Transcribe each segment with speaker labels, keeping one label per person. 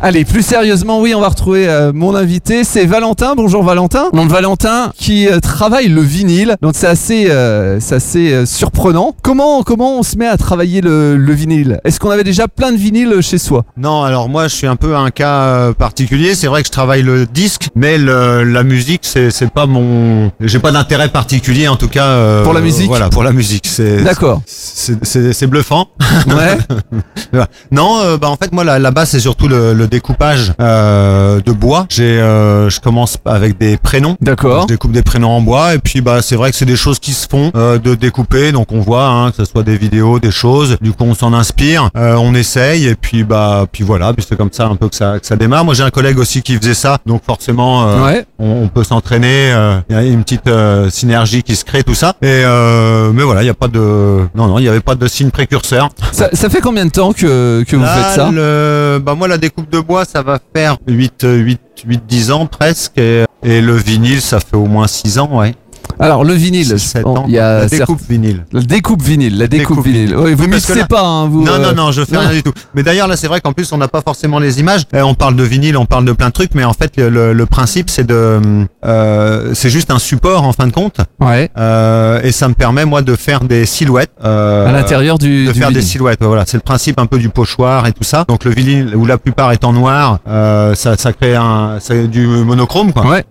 Speaker 1: Allez, plus sérieusement, oui, on va retrouver euh, mon invité, c'est Valentin. Bonjour Valentin. Nom de Valentin qui euh, travaille le vinyle, donc c'est assez, euh, c'est assez euh, surprenant. Comment, comment on se met à travailler le, le vinyle Est-ce qu'on avait déjà plein de vinyles chez soi
Speaker 2: Non, alors moi je suis un peu un cas euh, particulier. C'est vrai que je travaille le disque, mais le- la musique c'est c'est pas mon, j'ai pas d'intérêt particulier en tout cas. euh,
Speaker 1: Pour la musique
Speaker 2: Voilà, pour la musique. C'est
Speaker 1: D'accord.
Speaker 2: c'est c'est- c'est bluffant.
Speaker 1: Ouais.
Speaker 2: Non, euh, bah en fait moi là- là-bas c'est surtout le, le découpage euh, de bois. J'ai, euh, je commence avec des prénoms.
Speaker 1: D'accord.
Speaker 2: Je découpe des prénoms en bois et puis bah c'est vrai que c'est des choses qui se font euh, de découper donc on voit hein, que ce soit des vidéos des choses du coup on s'en inspire euh, on essaye et puis bah puis voilà puis c'est comme ça un peu que ça que ça démarre moi j'ai un collègue aussi qui faisait ça donc forcément euh,
Speaker 1: Ouais.
Speaker 2: on, on peut s'entraîner euh, il y a une petite euh, synergie qui se crée tout ça et euh, mais voilà il y a pas de non non il y avait pas de signe précurseur
Speaker 1: Ça, ça fait combien de temps que, que vous
Speaker 2: Là,
Speaker 1: faites ça
Speaker 2: Ah, le- bah moi la découpe de bois ça va faire 8 8 8 10 ans presque et, et le vinyle ça fait au moins 6 ans ouais
Speaker 1: Alors le vinyle,
Speaker 2: Six, sept
Speaker 1: on-
Speaker 2: ans.
Speaker 1: il y a
Speaker 2: la
Speaker 1: certes-
Speaker 2: découpe vinyle.
Speaker 1: la découpe vinyle, la découpe,
Speaker 2: Découpe
Speaker 1: vinyle. Ouais, vous
Speaker 2: Oui,
Speaker 1: ne
Speaker 2: parce que
Speaker 1: mixez
Speaker 2: là-
Speaker 1: pas, hein, vous.
Speaker 2: Non,
Speaker 1: euh,
Speaker 2: non, non, je fais
Speaker 1: non.
Speaker 2: rien du tout. Mais d'ailleurs, là, c'est vrai qu'en plus, on n'a pas forcément les images. Eh, on parle de vinyle, on parle de plein de trucs, mais en fait, le, le- le principe, c'est de, euh, c'est juste un support en fin de compte,
Speaker 1: Ouais.
Speaker 2: euh, et ça me permet moi de faire des silhouettes. euh,
Speaker 1: À l'intérieur du.
Speaker 2: de
Speaker 1: du
Speaker 2: faire des
Speaker 1: vinyle.
Speaker 2: silhouettes, voilà, c'est le principe un peu du pochoir et tout ça. Donc le vinyle où la plupart est en noir, euh, ça, ça crée un, c'est du monochrome quoi.
Speaker 1: Ouais.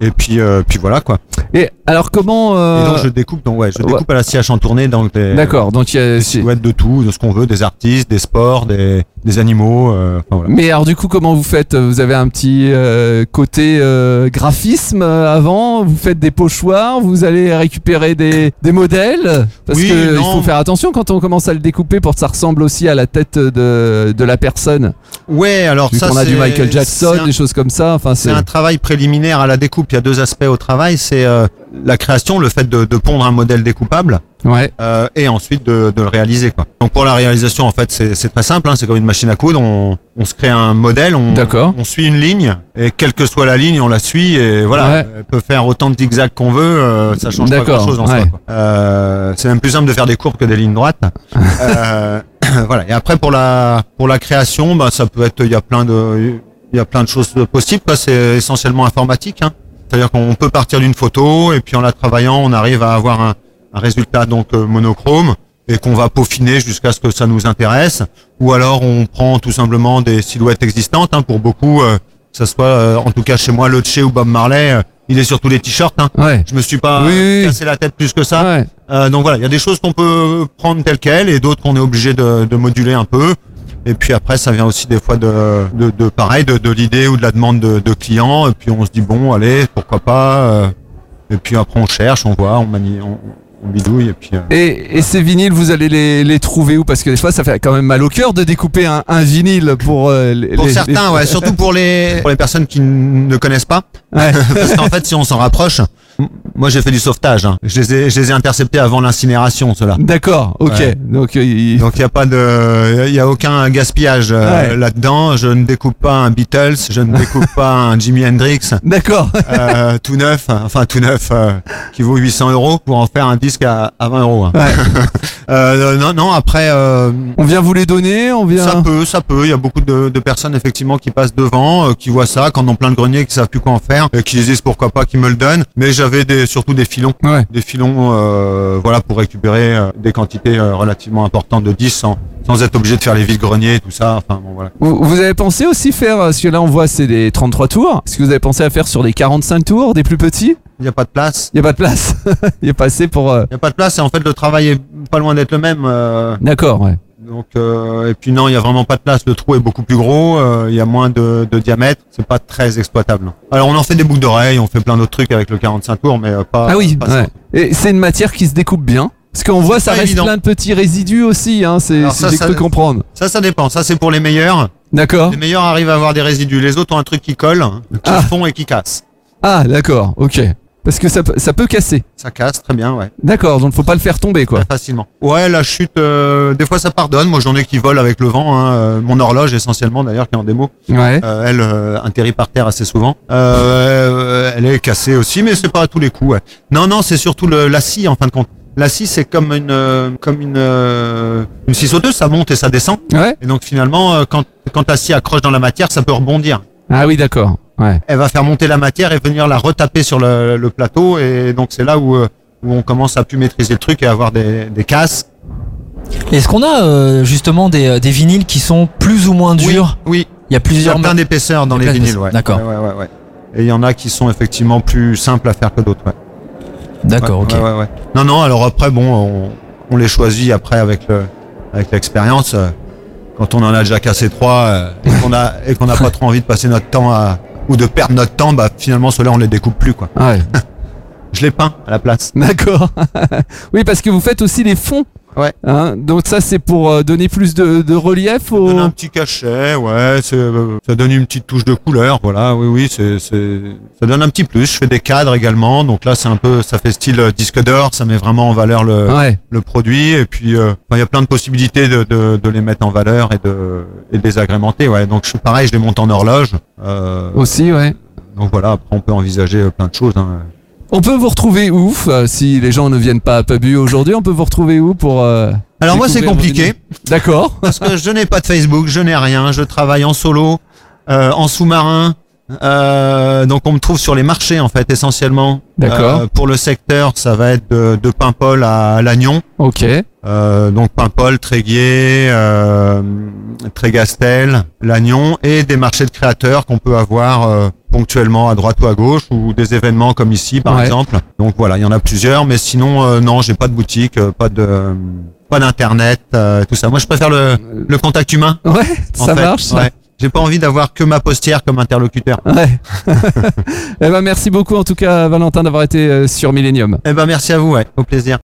Speaker 2: Et puis, euh, puis voilà quoi.
Speaker 1: Et alors comment euh,
Speaker 2: Et donc je découpe, donc ouais, je
Speaker 1: ouais.
Speaker 2: découpe à la sciage en tournée, donc des-
Speaker 1: D'accord, donc il y a.
Speaker 2: doit être de tout, de ce qu'on veut, des artistes, des sports, des, des animaux. euh, enfin, voilà.
Speaker 1: Mais alors du coup, comment vous faites Vous avez un petit euh, côté euh, graphisme euh, avant Vous faites des pochoirs Vous allez récupérer des, des modèles Parce
Speaker 2: Oui,
Speaker 1: que il
Speaker 2: non.
Speaker 1: faut faire attention quand on commence à le découper pour que ça ressemble aussi à la tête de, de la personne.
Speaker 2: Ouais, alors
Speaker 1: Vu
Speaker 2: ça
Speaker 1: qu'on a du
Speaker 2: c'est-
Speaker 1: Michael Jackson,
Speaker 2: c'est un-
Speaker 1: des choses comme ça. Enfin, c'est
Speaker 2: C'est un travail préliminaire à la découpe. Il y a deux aspects au travail. C'est euh, la création, le fait de, de pondre un modèle découpable,
Speaker 1: ouais,
Speaker 2: euh, et ensuite de, de le réaliser. Quoi. Donc pour la réalisation, en fait, c'est c'est très simple. hein. c'est comme une machine à coudre. On, on se crée un modèle, on,
Speaker 1: D'accord.
Speaker 2: on suit une ligne, et quelle que soit la ligne, on la suit. Et voilà,
Speaker 1: Ouais.
Speaker 2: elle peut faire autant de zigzags qu'on veut. euh, ça change pas
Speaker 1: D'accord,
Speaker 2: grand-chose en soi.
Speaker 1: ouais.
Speaker 2: quoi. Euh, c'est même plus simple de faire des courbes que des lignes droites. Euh, voilà. Et après pour la pour la création, bah, ça peut être il y a plein de il y a plein de choses possibles. quoi. C'est essentiellement informatique. hein. C'est-à-dire qu'on peut partir d'une photo et puis en la travaillant, on arrive à avoir un, un résultat donc euh, monochrome et qu'on va peaufiner jusqu'à ce que ça nous intéresse. Ou alors on prend tout simplement des silhouettes existantes. hein, pour beaucoup, euh, que ça soit euh, en tout cas chez moi, Lotche ou Bob Marley, euh, il est sur tous les t-shirts. Hein.
Speaker 1: ouais,
Speaker 2: Je me suis pas
Speaker 1: Oui, oui, oui.
Speaker 2: cassé la tête plus que ça.
Speaker 1: ouais.
Speaker 2: Euh, donc voilà, il y a des choses qu'on peut prendre telles quelles et d'autres qu'on est obligé de, de moduler un peu. Et puis après, ça vient aussi des fois de, de, de pareil, de, de l'idée ou de la demande de, de clients. Et puis on se dit bon, allez, pourquoi pas. euh, et puis après, on cherche, on voit, on manie, on, on bidouille. Et puis euh,
Speaker 1: Et, et ces vinyles, vous allez les, les trouver où Parce que des fois, ça fait quand même mal au cœur de découper un, un vinyle pour euh, les,
Speaker 2: pour
Speaker 1: les-
Speaker 2: certains, ouais, surtout pour les pour les personnes qui n- ne connaissent pas.
Speaker 1: Ouais.
Speaker 2: Parce qu'en fait, si on s'en rapproche, m- moi j'ai fait du sauvetage. hein. Je les ai, je les ai interceptés avant l'incinération, ceux-là.
Speaker 1: D'accord, ok.
Speaker 2: Ouais.
Speaker 1: Donc, euh, il-
Speaker 2: Donc il y a pas de, il y a aucun gaspillage euh,
Speaker 1: Ouais.
Speaker 2: là-dedans. Je ne découpe pas un Beatles, je ne découpe pas un Jimi Hendrix
Speaker 1: d'accord.
Speaker 2: euh, tout neuf, enfin tout neuf euh, qui vaut 800 euros pour en faire un disque à, à 20 euros. hein.
Speaker 1: Ouais.
Speaker 2: Euh, non, non. Après, euh,
Speaker 1: On vient vous les donner, on vient.
Speaker 2: ça peut, ça peut. Il y a beaucoup de, de personnes effectivement qui passent devant, euh, qui voient ça, qui en ont plein le grenier, qui savent plus quoi en faire, et qui se disent pourquoi pas, qui me le donnent. Mais j'avais des, surtout des filons
Speaker 1: Ouais.
Speaker 2: des filons euh, voilà pour récupérer euh, des quantités euh, relativement importantes de 10 sans, sans être obligé de faire les vides greniers et tout ça enfin bon voilà
Speaker 1: Vous, vous avez pensé aussi faire, euh, parce que là on voit c'est des 33 tours, est-ce que vous avez pensé à faire sur des 45 tours, des plus petits
Speaker 2: il n'y a pas de place
Speaker 1: Il n'y a pas de place. Il est passé pour... euh,
Speaker 2: il n'y a pas de place et en fait le travail est pas loin d'être le même euh,
Speaker 1: D'accord, ouais.
Speaker 2: donc euh, et puis non il n'y a vraiment pas de place le trou est beaucoup plus gros euh, il y a moins de, de diamètre c'est pas très exploitable alors on en fait des boucles d'oreilles on fait plein d'autres trucs avec le 45 tours mais euh, pas
Speaker 1: Ah oui,
Speaker 2: pas
Speaker 1: ouais. Et c'est une matière qui se découpe bien. Parce qu'on voit, ça
Speaker 2: pas
Speaker 1: reste
Speaker 2: évident.
Speaker 1: plein de petits résidus aussi, hein, c'est
Speaker 2: Alors
Speaker 1: si
Speaker 2: ça,
Speaker 1: j'ai
Speaker 2: ça-
Speaker 1: cru comprendre.
Speaker 2: ça ça dépend ça c'est pour les meilleurs
Speaker 1: D'accord.
Speaker 2: les meilleurs arrivent à avoir des résidus les autres ont un truc qui colle hein, qui
Speaker 1: Ah.
Speaker 2: fond et qui casse
Speaker 1: Ah, d'accord, ok. Parce que ça, peut- ça peut casser.
Speaker 2: ça casse très bien ouais
Speaker 1: D'accord, donc faut pas le faire tomber, quoi.
Speaker 2: Très facilement. Ouais, la chute, euh, des fois ça pardonne. Moi j'en ai qui volent avec le vent. hein. Euh, Mon horloge essentiellement d'ailleurs qui est en démo,
Speaker 1: Ouais.
Speaker 2: euh, elle euh, atterrit par terre assez souvent. Euh, elle est cassée aussi, mais c'est pas à tous les coups. ouais. Non, non, c'est surtout le, la scie en fin de compte. la scie, c'est comme une euh, comme une, euh, une scie sauteuse, ça monte et ça descend.
Speaker 1: Ouais.
Speaker 2: Et donc finalement, euh, quand quand la scie accroche dans la matière, ça peut rebondir.
Speaker 1: Ah oui, d'accord. Ouais.
Speaker 2: Elle va faire monter la matière et venir la retaper sur le, le plateau. Et donc c'est là où euh, où on commence à plus maîtriser le truc et avoir des, des casses.
Speaker 3: Est-ce qu'on a euh, justement des, euh, des vinyles qui sont plus ou moins durs
Speaker 2: Oui,
Speaker 3: Il y a
Speaker 2: il y a
Speaker 3: plusieurs.
Speaker 2: plein
Speaker 3: ma-
Speaker 2: d'épaisseurs dans
Speaker 3: Il y
Speaker 2: les
Speaker 3: a plein
Speaker 2: vinyles.
Speaker 3: d'épaisseurs.
Speaker 2: Ouais.
Speaker 3: D'accord.
Speaker 2: Ouais, ouais, ouais, ouais. Et il y en a qui sont effectivement plus simples à faire que d'autres. ouais.
Speaker 3: D'accord,
Speaker 2: Ouais,
Speaker 3: ok.
Speaker 2: ouais, ouais, ouais. Non, non, alors après, bon, on, on les choisit après avec le, avec l'expérience. euh, Quand on en a déjà cassé trois euh, et qu'on a, et qu'on n'a pas trop envie de passer notre temps à, ou de perdre notre temps, bah, finalement, ceux-là, on les découpe plus, quoi.
Speaker 1: Ouais.
Speaker 2: Je les peins à la place.
Speaker 1: D'accord. oui, parce que vous faites aussi les fonds.
Speaker 2: Ouais.
Speaker 1: Hein, donc ça, c'est pour euh, donner plus de, de relief
Speaker 2: Ça
Speaker 1: au.
Speaker 2: donne un petit cachet, ouais, c'est, euh, ça donne une petite touche de couleur, voilà, oui, oui, c'est, c'est, ça donne un petit plus. Je fais des cadres également, donc là, c'est un peu, ça fait style euh, disque d'or, ça met vraiment en valeur le,
Speaker 1: Ouais.
Speaker 2: le produit et puis euh, enfin, il y a plein de possibilités de, de, de les mettre en valeur et de, et de les agrémenter ouais donc je suis pareil je les monte en horloge euh,
Speaker 1: Aussi, ouais.
Speaker 2: donc voilà après on peut envisager euh, plein de choses hein.
Speaker 1: On peut vous retrouver où euh, Si les gens ne viennent pas à Pabu aujourd'hui, on peut vous retrouver où pour. euh,
Speaker 2: alors moi c'est
Speaker 1: découvrir vos
Speaker 2: compliqué
Speaker 1: vinyles D'accord.
Speaker 2: parce que je n'ai pas de Facebook je n'ai rien je travaille en solo euh, en sous-marin euh, donc on me trouve sur les marchés en fait essentiellement
Speaker 1: D'accord.
Speaker 2: Euh, pour le secteur ça va être de, de Paimpol à Lannion
Speaker 1: Ok.
Speaker 2: Euh, donc Paimpol, Tréguier, euh, Trégastel, Lannion et des marchés de créateurs qu'on peut avoir euh, ponctuellement à droite ou à gauche ou des événements comme ici par
Speaker 1: Ouais.
Speaker 2: exemple. Donc voilà, il y en a plusieurs, mais sinon euh, non, j'ai pas de boutique, euh, pas de pas d'internet, euh, tout ça. Moi, je préfère le, le contact humain.
Speaker 1: Ouais.
Speaker 2: en
Speaker 1: Ça
Speaker 2: fait.
Speaker 1: marche. ça.
Speaker 2: Ouais. J'ai pas envie d'avoir que ma postière comme interlocuteur.
Speaker 1: Ouais. eh ben, merci beaucoup en tout cas, Valentin, d'avoir été euh, sur Millennium.
Speaker 2: Eh ben merci à vous, ouais, au plaisir.